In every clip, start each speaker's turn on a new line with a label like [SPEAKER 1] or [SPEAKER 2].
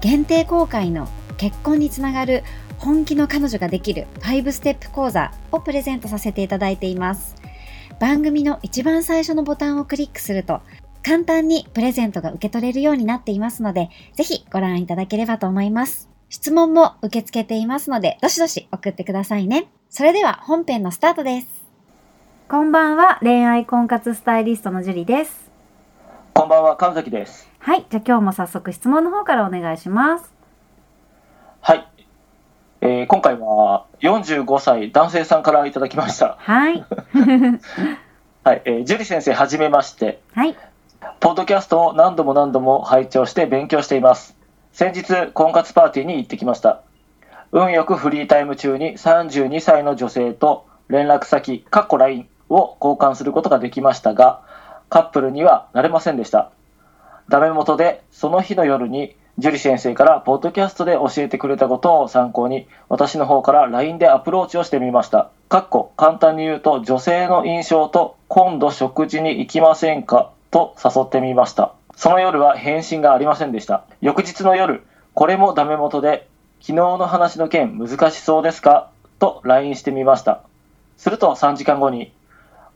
[SPEAKER 1] 限定公開の結婚につながる本気の彼女ができる5ステップ講座をプレゼントさせていただいています番組の一番最初のボタンをクリックすると簡単にプレゼントが受け取れるようになっていますのでぜひご覧いただければと思います質問も受け付けていますのでどしどし送ってくださいねそれでは本編のスタートですこんばんは恋愛婚活スタイリストのジュリです
[SPEAKER 2] こんばんは、神崎です。
[SPEAKER 1] はい、じゃあ今日も早速質問の方からお願いします。
[SPEAKER 2] はい。えー今回は45歳男性さんからいただきました。
[SPEAKER 1] はい。
[SPEAKER 2] はい。えー、樹里先生、はじめまして。
[SPEAKER 1] はい。
[SPEAKER 2] ポッドキャストを何度も何度も拝聴して勉強しています。先日、婚活パーティーに行ってきました。運よくフリータイム中に32歳の女性と連絡先、かっこ LINE を交換することができましたが、カップルにはなれませんでした。ダメ元で、その日の夜に、樹里先生からポッドキャストで教えてくれたことを参考に、私の方から LINE でアプローチをしてみました。かっこ簡単に言うと、女性の印象と今度食事に行きませんかと誘ってみました。その夜は返信がありませんでした。翌日の夜、これもダメ元で、昨日の話の件難しそうですかと LINE してみました。すると3時間後に、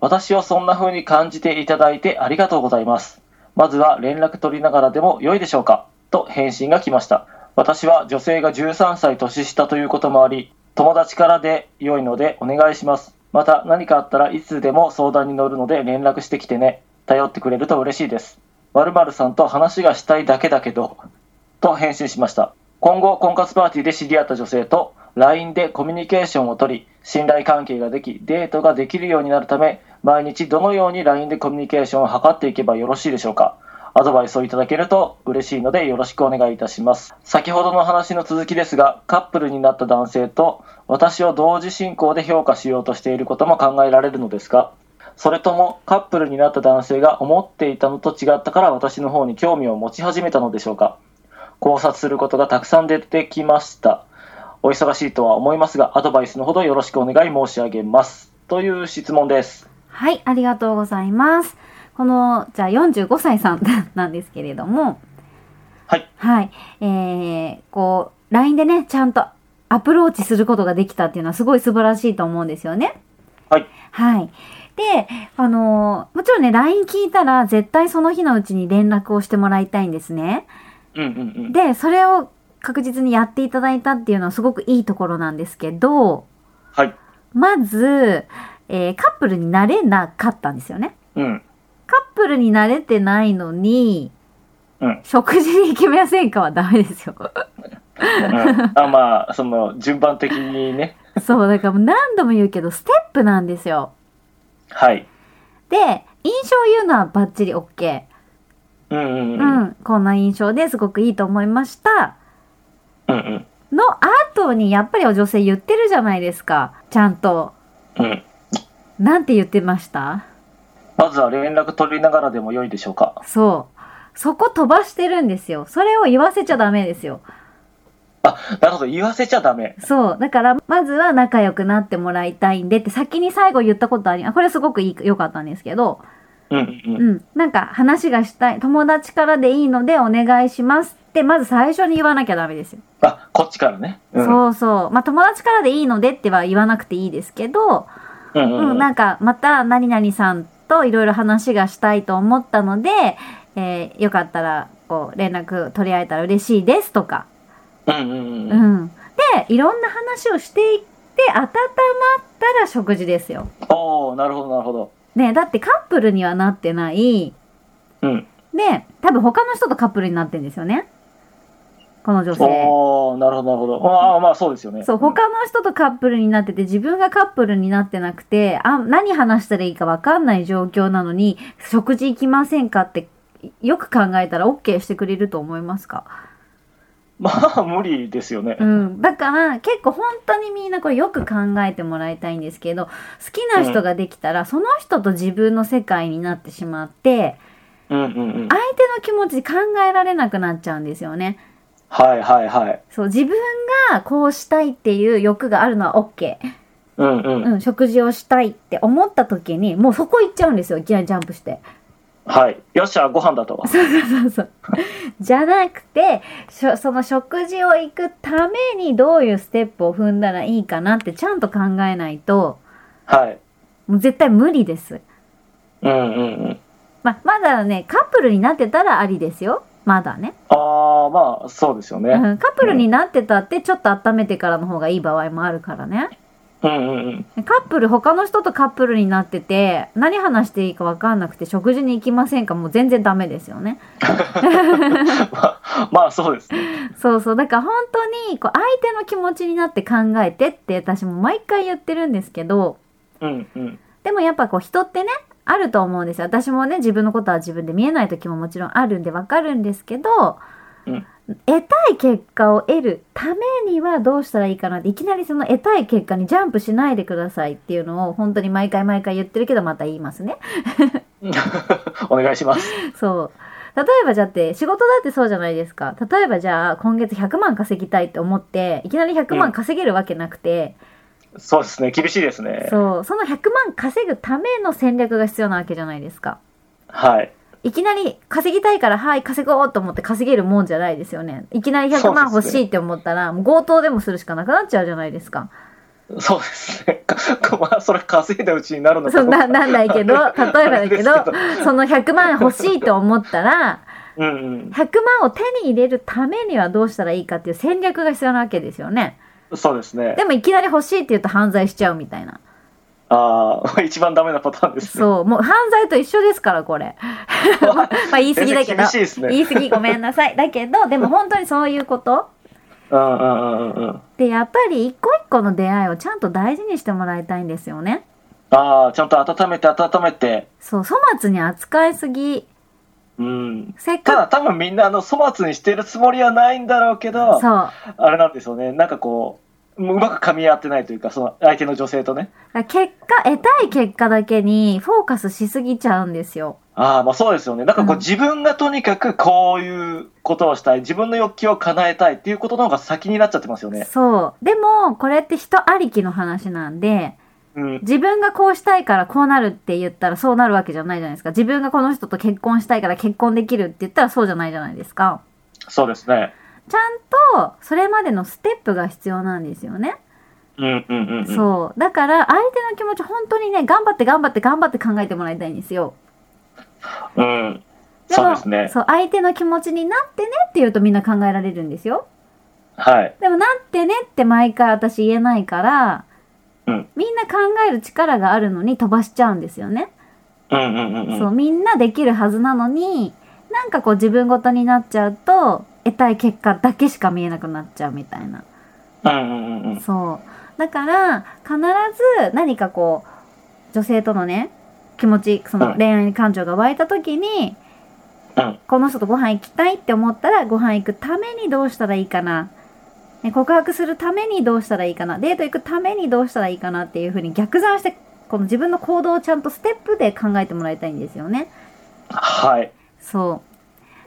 [SPEAKER 2] 私をそんな風に感じていただいてありがとうございます。まずは連絡取りながらでも良いでしょうかと返信が来ました。私は女性が13歳年下ということもあり、友達からで良いのでお願いします。また何かあったらいつでも相談に乗るので連絡してきてね。頼ってくれると嬉しいです。〇〇さんと話がしたいだけだけど、と返信しました。今後、婚活パーティーで知り合った女性と LINE でコミュニケーションを取り、信頼関係ができ、デートができるようになるため、毎日どのように LINE でコミュニケーションを図っていけばよろしいでしょうかアドバイスをいただけると嬉しいのでよろしくお願いいたします。先ほどの話の続きですが、カップルになった男性と私を同時進行で評価しようとしていることも考えられるのですかそれともカップルになった男性が思っていたのと違ったから私の方に興味を持ち始めたのでしょうか考察することがたくさん出てきました。お忙しいとは思いますが、アドバイスのほどよろしくお願い申し上げます。という質問です。
[SPEAKER 1] はい、ありがとうございます。この、じゃあ45歳さんなん ですけれども、
[SPEAKER 2] はい。
[SPEAKER 1] はい。えー、こう、LINE でね、ちゃんとアプローチすることができたっていうのはすごい素晴らしいと思うんですよね。
[SPEAKER 2] はい。
[SPEAKER 1] はい。で、あのーもちろんね、LINE 聞いたら絶対その日のうちに連絡をしてもらいたいんですね。
[SPEAKER 2] うんうんうん。
[SPEAKER 1] で、それを確実にやっていただいたっていうのはすごくいいところなんですけど、
[SPEAKER 2] はい。
[SPEAKER 1] まず、えーカップルになれなかったんですよね。
[SPEAKER 2] うん。
[SPEAKER 1] カップルになれてないのに、
[SPEAKER 2] うん
[SPEAKER 1] 食事に行きませんかはダメですよ。
[SPEAKER 2] うんあまあ、その、順番的にね。
[SPEAKER 1] そう、だからもう何度も言うけど、ステップなんですよ。
[SPEAKER 2] はい。
[SPEAKER 1] で、印象を言うのはバッチリ OK。
[SPEAKER 2] うんうん
[SPEAKER 1] う
[SPEAKER 2] うん。うん
[SPEAKER 1] ん、こんな印象ですごくいいと思いました。
[SPEAKER 2] うん。
[SPEAKER 1] の後に、やっぱりお女性言ってるじゃないですか。ちゃんと。
[SPEAKER 2] うん。
[SPEAKER 1] なんて言ってました
[SPEAKER 2] まずは連絡取りながらでも良いでしょうか。
[SPEAKER 1] そう。そこ飛ばしてるんですよ。それを言わせちゃダメですよ。
[SPEAKER 2] なるほど、言わせちゃダメ。
[SPEAKER 1] そう。だから、まずは仲良くなってもらいたいんでって先に最後言ったことあり、あこれすごくいい良かったんですけど、
[SPEAKER 2] うんうん
[SPEAKER 1] う
[SPEAKER 2] うん。
[SPEAKER 1] ん。なんか話がしたい。友達からでいいのでお願いしますって、まず最初に言わなきゃダメですよ。
[SPEAKER 2] あ、こっちからね。うん。
[SPEAKER 1] そうそう。まあ、友達からでいいのでっては言わなくていいですけど、
[SPEAKER 2] うん
[SPEAKER 1] う、
[SPEAKER 2] うんんうん。
[SPEAKER 1] なんか、また、何々さんといろいろ話がしたいと思ったので、えーよかったら、こう、連絡取り合えたら嬉しいですとか、
[SPEAKER 2] うんうんう。
[SPEAKER 1] うんん。で、いろんな話をしていて温まったら食事ですよ。
[SPEAKER 2] おおなるほどなるほど。
[SPEAKER 1] ね、だってカップルにはなってない。
[SPEAKER 2] うん。
[SPEAKER 1] で、多分他の人とカップルになってんですよね。この女性。
[SPEAKER 2] おおなるほどなるほど。ああまあそうですよね。
[SPEAKER 1] そう、他の人とカップルになってて、自分がカップルになってなくて、あ、何話したらいいかわかんない状況なのに、食事行きませんかって、よく考えたら OK してくれると思いますか
[SPEAKER 2] まあ無理ですよね。
[SPEAKER 1] うん、だから結構本当にみんなこれよく考えてもらいたいんですけど好きな人ができたらその人と自分の世界になってしまって
[SPEAKER 2] うんうんうん。
[SPEAKER 1] 相手の気持ち考えられなくなっちゃうんですよね。
[SPEAKER 2] はいはいはい。
[SPEAKER 1] そう自分がこうしたいっていう欲があるのは OK、
[SPEAKER 2] うんうん。
[SPEAKER 1] うん、食事をしたいって思った時にもうそこ行っちゃうんですよいきなりジャンプ して。
[SPEAKER 2] はい。よっしゃご飯だと。
[SPEAKER 1] そうそう。じゃなくて、しょその食事を行くためにどういうステップを踏んだらいいかなってちゃんと考えないと、
[SPEAKER 2] はい。
[SPEAKER 1] もう絶対無理です。
[SPEAKER 2] うんうんうん。
[SPEAKER 1] まあ、まだね、カップルになってたらありですよ。まだね。
[SPEAKER 2] ああまあそうですよ
[SPEAKER 1] う
[SPEAKER 2] ね。
[SPEAKER 1] ん、カップルになってたってちょっと温めてからの方がいい場合もあるからね。
[SPEAKER 2] うんうんうん。
[SPEAKER 1] カップル、他の人とカップルになってて、何話していいかわかんなくて食事に行きませんかもう全然ダメですよね。
[SPEAKER 2] まあそうですね。
[SPEAKER 1] そうそう。だから本当に、こう、相手の気持ちになって考えてって私も毎回言ってるんですけど、
[SPEAKER 2] うんうん。
[SPEAKER 1] でもやっぱこう人ってね、あると思うんですよ。私もね、自分のことは自分で見えない時ももちろんあるんでわかるんですけど、
[SPEAKER 2] うん
[SPEAKER 1] 得たい結果を得るためにはどうしたらいいかなって、いきなりその得たい結果にジャンプしないでくださいっていうのを本当に毎回毎回言ってるけどまた言いますね。
[SPEAKER 2] お願いします。
[SPEAKER 1] そう。例えばじゃあって、仕事だってそうじゃないですか。例えばじゃあ、今月100万稼ぎたいって思って、いきなり100
[SPEAKER 2] う
[SPEAKER 1] 万
[SPEAKER 2] ん
[SPEAKER 1] 稼げるわけなくて、
[SPEAKER 2] そうですね。厳しいですね。
[SPEAKER 1] そう、その100万稼ぐための戦略が必要なわけじゃないですか。
[SPEAKER 2] はい。
[SPEAKER 1] いきなり稼ぎたいから、はい、稼ごうと思って稼げるもんじゃないですよね。いきなり100万
[SPEAKER 2] そう
[SPEAKER 1] 欲
[SPEAKER 2] です
[SPEAKER 1] し
[SPEAKER 2] ね
[SPEAKER 1] いって思ったら、もう強盗でもするしかなくなっちゃうじゃないですか。
[SPEAKER 2] そうですね。 かまあそれ稼いだうちになるの
[SPEAKER 1] そ
[SPEAKER 2] か
[SPEAKER 1] う
[SPEAKER 2] どうか
[SPEAKER 1] な、なんだけ ど、例えばだけど
[SPEAKER 2] あれ、
[SPEAKER 1] その100万欲しいと思ったら、
[SPEAKER 2] うんうん。
[SPEAKER 1] 100万を手に入れるためにはどうしたらいいかっていう戦略が必要なわけですよね。
[SPEAKER 2] そうですね。
[SPEAKER 1] でもいきなり欲しいって言うと犯罪しちゃうみたいな。
[SPEAKER 2] ああ、 一番ダメなパターンですね。
[SPEAKER 1] そう、もう犯罪と一緒ですから、これ。 まあ言い過ぎだけど
[SPEAKER 2] 厳。しいですね。
[SPEAKER 1] 言い過ぎごめんなさい。だけど、でも本当にそういうこと
[SPEAKER 2] うんうんうんうんうん。
[SPEAKER 1] で、やっぱり一個一個の出会いをちゃんと大事にしてもらいたいんですよね。
[SPEAKER 2] ああ、ちゃんと温めて温めて。
[SPEAKER 1] そう、粗末に扱いすぎ。
[SPEAKER 2] うん。
[SPEAKER 1] せったか
[SPEAKER 2] だ多分みんなあの粗末にしてるつもりはないんだろうけ
[SPEAKER 1] く、そ
[SPEAKER 2] ど、
[SPEAKER 1] う。だか
[SPEAKER 2] あれなんですよね。なんかこう、うまく噛み合ってないというか、その相手の女性とね。
[SPEAKER 1] ら結果、得たい結果だけにフォーカスしすぎちゃうんですよ。
[SPEAKER 2] ああ、まあそうですよね。なんかこ
[SPEAKER 1] う
[SPEAKER 2] うん自分がとにかくこういうことをしたい、自分の欲求を叶えたいっていうことの方が先になっちゃってますよね。
[SPEAKER 1] そう。でも、これって人ありきの話なんで、
[SPEAKER 2] うん。
[SPEAKER 1] 自分がこうしたいからこうなるって言ったらそうなるわけじゃないじゃないですか。自分がこの人と結婚したいから結婚できるって言ったらそうじゃないじゃないですか。
[SPEAKER 2] そうですね。
[SPEAKER 1] ちゃんと、それまでのステップが必要なんですよね。
[SPEAKER 2] うんうんうんうん。
[SPEAKER 1] そう。だから、相手の気持ち本当にね、頑張って頑張って頑張って考えてもらいたいんですよ。
[SPEAKER 2] うん。そうですね。
[SPEAKER 1] そう、相手の気持ちになってねって言うとみんな考えられるんですよ。
[SPEAKER 2] はい。
[SPEAKER 1] でも、なってねって毎回私言えないから、
[SPEAKER 2] うん
[SPEAKER 1] みんな考える力があるのに飛ばしちゃうんですよね。
[SPEAKER 2] うんうんうんうん。
[SPEAKER 1] そうみんなできるはずなのになんかこう自分ごとになっちゃうと得たい結果だけしか見えなくなっちゃうみたいな
[SPEAKER 2] うんうんうんうん。
[SPEAKER 1] そうだから必ず何かこう女性とのね気持ちその
[SPEAKER 2] うん
[SPEAKER 1] 恋愛感情が湧いた時に、
[SPEAKER 2] うん
[SPEAKER 1] この人とご飯行きたいって思ったらご飯行くためにどうしたらいいかなね告白するためにどうしたらいいかなデート行くためにどうしたらいいかなっていう風に逆算してこの自分の行動をちゃんとステップで考えてもらいたいんですよね。
[SPEAKER 2] はい。
[SPEAKER 1] そ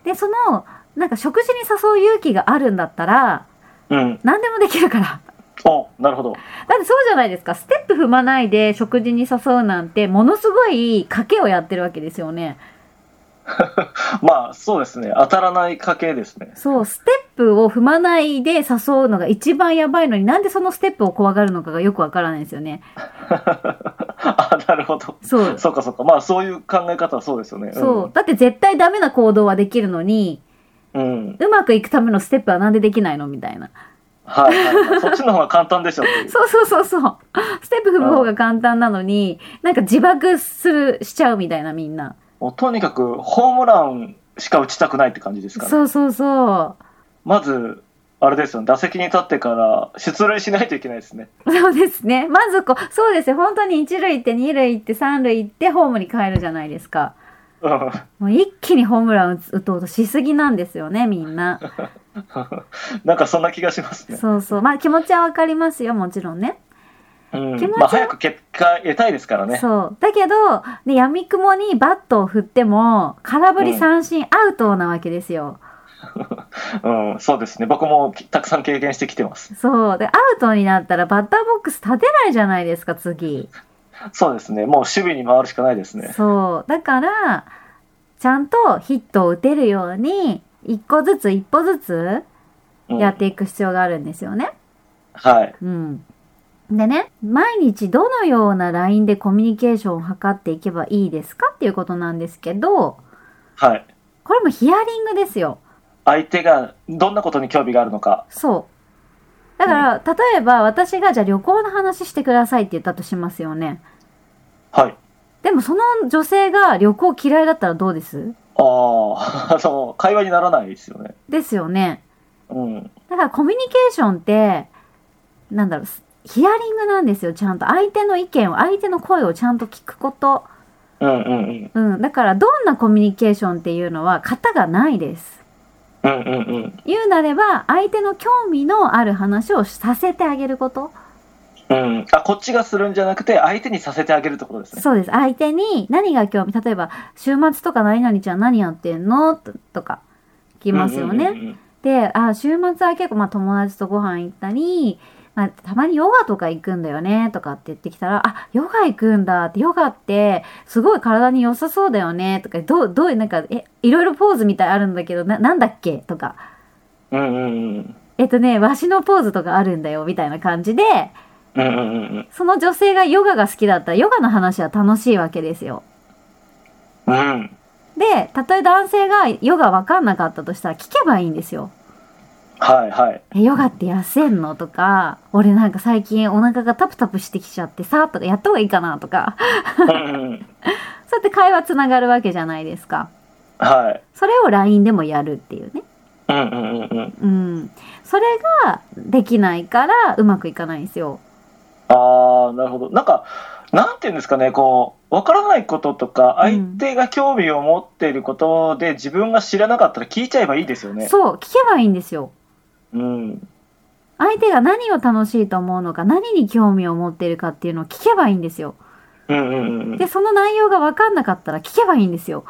[SPEAKER 1] う。で、その、なんか食事に誘う勇気があるんだったら、
[SPEAKER 2] うん。
[SPEAKER 1] 何でもできるから。
[SPEAKER 2] お、なるほど。
[SPEAKER 1] だってそうじゃないですか。ステップ踏まないで食事に誘うなんて、ものすごい賭けをやってるわけですよね。
[SPEAKER 2] まあそうですね。当たらない家系ですね。
[SPEAKER 1] そう、ステップを踏まないで誘うのが一番やばいのになんでそのステップを怖がるのかがよくわからないですよね。
[SPEAKER 2] あ、なるほど。
[SPEAKER 1] そう。
[SPEAKER 2] そうかそうか。まあそういう考え方はそうですよね。ん
[SPEAKER 1] そう。。だって絶対ダメな行動はできるのに、
[SPEAKER 2] うん。
[SPEAKER 1] うまくいくためのステップはなんでできないのみたいな。
[SPEAKER 2] はいはい、そっちの方が簡単でしょって いう。
[SPEAKER 1] そうそうそうそう。ステップ踏む方が簡単なのに、なんか自爆する、しちゃうみたいなみんな。
[SPEAKER 2] もうとにかくホームランしか打ちたくないって感じですから、ね、
[SPEAKER 1] そうそうそ
[SPEAKER 2] まず、あれですよね、打席に立ってから出塁しないといけないですね。
[SPEAKER 1] う。 そうですね。まずこう、そうですよ。本当に1塁行って、2塁行って、3塁行って、ホームに帰るじゃないですか。
[SPEAKER 2] うん
[SPEAKER 1] もう一気にホームラン打つ打とうとしすぎなんですよね、みんな。
[SPEAKER 2] なんかそんな気がしますね。
[SPEAKER 1] そうそう。まあ気持ちはわかりますよ、もちろんね。
[SPEAKER 2] うん
[SPEAKER 1] 気持ちは
[SPEAKER 2] まあ、早く結果得たいですからね。
[SPEAKER 1] そう。だけど、ね、闇雲にバットを振っても、空振り三振アウトなわけですよ。
[SPEAKER 2] うん、そうですね。僕もきたくさん経験してきてます。
[SPEAKER 1] そう。で、アウトになったらバッターボックス立てないじゃないですか、次。
[SPEAKER 2] そうですね。もう守備に回るしかないですね。
[SPEAKER 1] そう。だから、ちゃんとヒットを打てるように、一個ずつ一歩ずつ
[SPEAKER 2] うん
[SPEAKER 1] やっていく必要があるんですよね。
[SPEAKER 2] はい。
[SPEAKER 1] うん。でね、毎日どのような LINE でコミュニケーションを図っていけばいいですかっていうことなんですけど、
[SPEAKER 2] はい。
[SPEAKER 1] これもヒアリングですよ。
[SPEAKER 2] 相手がどんなことに興味があるのか。
[SPEAKER 1] そう。だから、例えば私がじゃあ旅行の話してくださいって言ったとしますよね。
[SPEAKER 2] はい。
[SPEAKER 1] でもその女性が旅行嫌いだったらどうです
[SPEAKER 2] あ あ、あの、会話にならないですよね。
[SPEAKER 1] ですよね。
[SPEAKER 2] うん。
[SPEAKER 1] だからコミュニケーションって、なんだろう、ヒアリングなんですよ。ちゃんと相手の意見を、相手の声をちゃんと聞くこと。
[SPEAKER 2] うんうんうん。
[SPEAKER 1] うん。だからどんなコミュニケーションっていうのは型がないです。
[SPEAKER 2] うんうんうん。
[SPEAKER 1] 言うなれば、相手の興味のある話をさせてあげること。
[SPEAKER 2] うん。あ、こっちがするんじゃなくて、相手にさせてあげるってことですね。
[SPEAKER 1] そうです。相手に何が興味、例えば、週末とか何々ちゃん何やってんのととか、聞きますよね。
[SPEAKER 2] うんうんうんうん。
[SPEAKER 1] で、あ、週末は結構、まあ、友達とご飯行ったり、まあ、たまにヨガとか行くんだよね、とかって言ってきたら、あ、ヨガ行くんだって、ヨガって、すごい体に良さそうだよね、とか、どう、どういう、なんか、え、いろいろポーズみたいあるんだけど、な、なんだっけとか、
[SPEAKER 2] うんうんうん。
[SPEAKER 1] えっとね、わしのポーズとかあるんだよ、みたいな感じで、
[SPEAKER 2] うんうんうんうん。
[SPEAKER 1] その女性がヨガが好きだったら、ヨガの話は楽しいわけですよ。
[SPEAKER 2] うん。
[SPEAKER 1] で、たとえ男性がヨガわかんなかったとしたら聞けばいいんですよ。
[SPEAKER 2] はいはい。
[SPEAKER 1] え、ヨガって痩せんのとか、俺なんか最近お腹がタプタプしてきちゃってさ、とかやった方がいいかなとか、
[SPEAKER 2] うんうん。
[SPEAKER 1] そうやって会話つながるわけじゃないですか。
[SPEAKER 2] はい。
[SPEAKER 1] それを LINE でもやるっていうね。
[SPEAKER 2] うんうんうんうん。
[SPEAKER 1] うん。それができないからうまくいかないんですよ。
[SPEAKER 2] ああ、なるほど。なんか、なんていうんですかね、こう、わからないこととか、
[SPEAKER 1] う
[SPEAKER 2] 相
[SPEAKER 1] ん
[SPEAKER 2] 手が興味を持っていることで、自分が知らなかったら聞いちゃえばいいですよね。
[SPEAKER 1] そう、聞けばいいんですよ。
[SPEAKER 2] うん。
[SPEAKER 1] 相手が何を楽しいと思うのか、何に興味を持っているかっていうのを聞けばいいんですよ。
[SPEAKER 2] うんうんうんうん
[SPEAKER 1] で、その内容がわかんなかったら聞けばいいんですよ。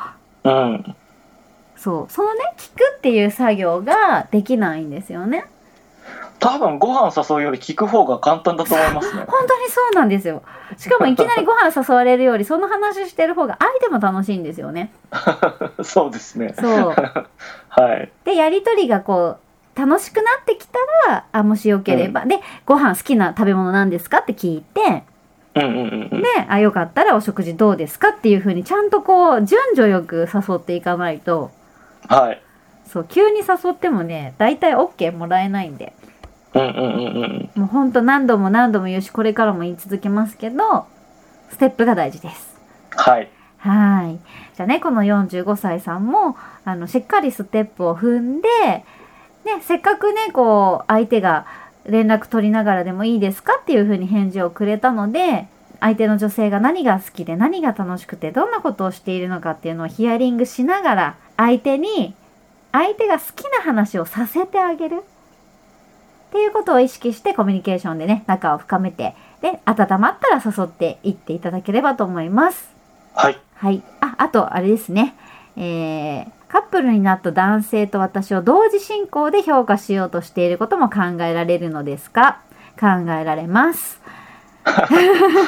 [SPEAKER 2] うん。
[SPEAKER 1] そう。そのね、聞くっていう作業ができないんですよね。
[SPEAKER 2] 多分、ご飯誘うより聞く方が簡単だと思いますね。
[SPEAKER 1] 本当にそうなんですよ。しかもいきなりご飯誘われるより、その話してる方が相手も楽しいんですよね。
[SPEAKER 2] そうですね。
[SPEAKER 1] そう。
[SPEAKER 2] はい。
[SPEAKER 1] で、やりとりがこう、楽しくなってきたら、あ、もしよければ。で、ご飯好きな食べ物なんですかって聞いて、
[SPEAKER 2] うんうんうんうん
[SPEAKER 1] で。、あ、よかったらお食事どうですかっていう風に、ちゃんとこう、順序よく誘っていかないと、
[SPEAKER 2] はい。
[SPEAKER 1] そう、急に誘ってもね、大体 OK もらえないんで。
[SPEAKER 2] うんうんうんうん。
[SPEAKER 1] もうほんと何度も何度も言うし、これからも言い続けますけど、ステップが大事です。
[SPEAKER 2] はい。
[SPEAKER 1] はい。じゃあね、この45歳さんも、あの、しっかりステップを踏んで、ね、せっかくね、こう、相手が連絡取りながらでもいいですかっていうふうに返事をくれたので、相手の女性が何が好きで何が楽しくてどんなことをしているのかっていうのをヒアリングしながら、相手に、相手が好きな話をさせてあげる。っていうことを意識してコミュニケーションでね、仲を深めて、で、温まったら誘っていっていただければと思います。
[SPEAKER 2] はい。
[SPEAKER 1] はい。あ、あと、あれですね。えー、カップルになった男性と私を同時進行で評価しようとしていることも考えられるのですか考えられます。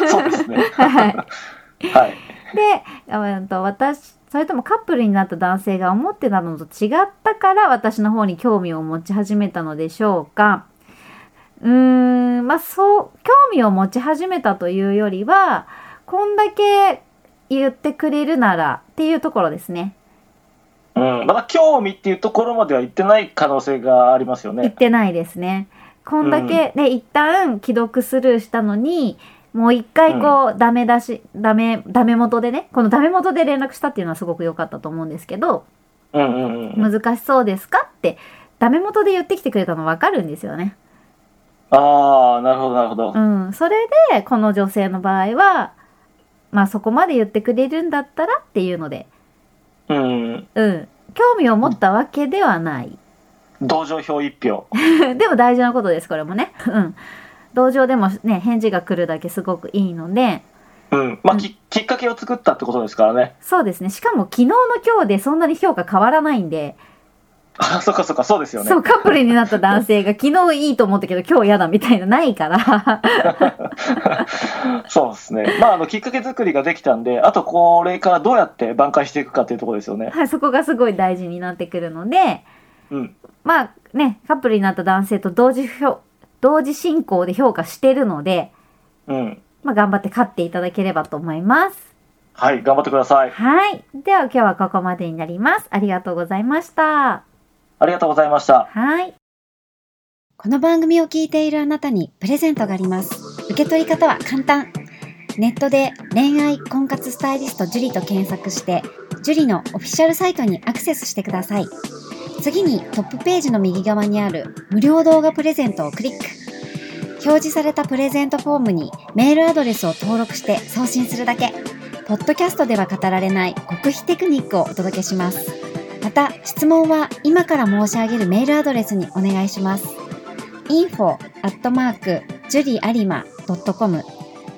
[SPEAKER 2] そうですね。
[SPEAKER 1] はい。
[SPEAKER 2] はい。
[SPEAKER 1] で、うんと、私、それともカップルになった男性が思ってたのと違ったから私の方に興味を持ち始めたのでしょうかうーん、まあそう、興味を持ち始めたというよりは、こんだけ言ってくれるならっていうところですね。
[SPEAKER 2] うん。まだ興味っていうところまでは行ってない可能性がありますよ
[SPEAKER 1] 言っ
[SPEAKER 2] ね。
[SPEAKER 1] てないですね。こんだけ、ね、一旦既読スルーしたのに、もう一回こう、ダメ出し、ダメ、ダメ元でね、このダメ元で連絡したっていうのはすごく良かったと思うんですけど、
[SPEAKER 2] うんうんうん。
[SPEAKER 1] 難しそうですかって、ダメ元で言ってきてくれたの分かるんですよね。
[SPEAKER 2] ああ、なるほど、なるほど
[SPEAKER 1] う。ん。それで、この女性の場合は、まあそこまで言ってくれるんだったらっていうので、
[SPEAKER 2] うんうん。
[SPEAKER 1] うん。興味を持ったわけではない。
[SPEAKER 2] 同情票一票。
[SPEAKER 1] でも大事なことです、これもね。うん。同情でもね、返事が来るだけすごくいいので、
[SPEAKER 2] うん。まあ、
[SPEAKER 1] うん
[SPEAKER 2] ききっかけを作ったってことですからね。
[SPEAKER 1] そうですね。しかも昨日の今日でそんなに評価変わらないんで、
[SPEAKER 2] あ、そっかそっか、そうですよね。
[SPEAKER 1] そう、カップルになった男性が 昨日いいと思ったけど今日嫌だみたいなないから、
[SPEAKER 2] そうですね。まあ、あの、きっかけ作りができたんで、あと、これからどうやって挽回していくかっていうところですよね。
[SPEAKER 1] はい、そこがすごい大事になってくるので、
[SPEAKER 2] うん。
[SPEAKER 1] まあね、カップルになった男性と同時評、同時進行で評価してるので、
[SPEAKER 2] うん。
[SPEAKER 1] まあ頑張って勝っていただければと思います。
[SPEAKER 2] はい、頑張ってください。
[SPEAKER 1] はい。では今日はここまでになります。ありがとうございました。
[SPEAKER 2] ありがとうございました。
[SPEAKER 1] はい。
[SPEAKER 3] この番組を聞いているあなたにプレゼントがあります。受け取り方は簡単。ネットで恋愛婚活スタイリスト樹里と検索して、樹里のオフィシャルサイトにアクセスしてください。次にトップページの右側にある無料動画プレゼントをクリック。表示されたプレゼントフォームにメールアドレスを登録して送信するだけ。ポッドキャストでは語られない極秘テクニックをお届けします。また、質問は今から申し上げるメールアドレスにお願いします。info アットマーク juriarima.com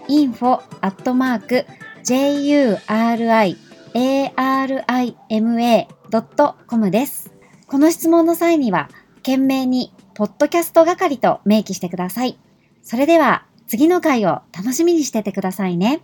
[SPEAKER 3] info アットマーク juriarima.com です。この質問の際には、件名にポッドキャスト係と明記してください。それでは、次の回を楽しみにしててくださいね。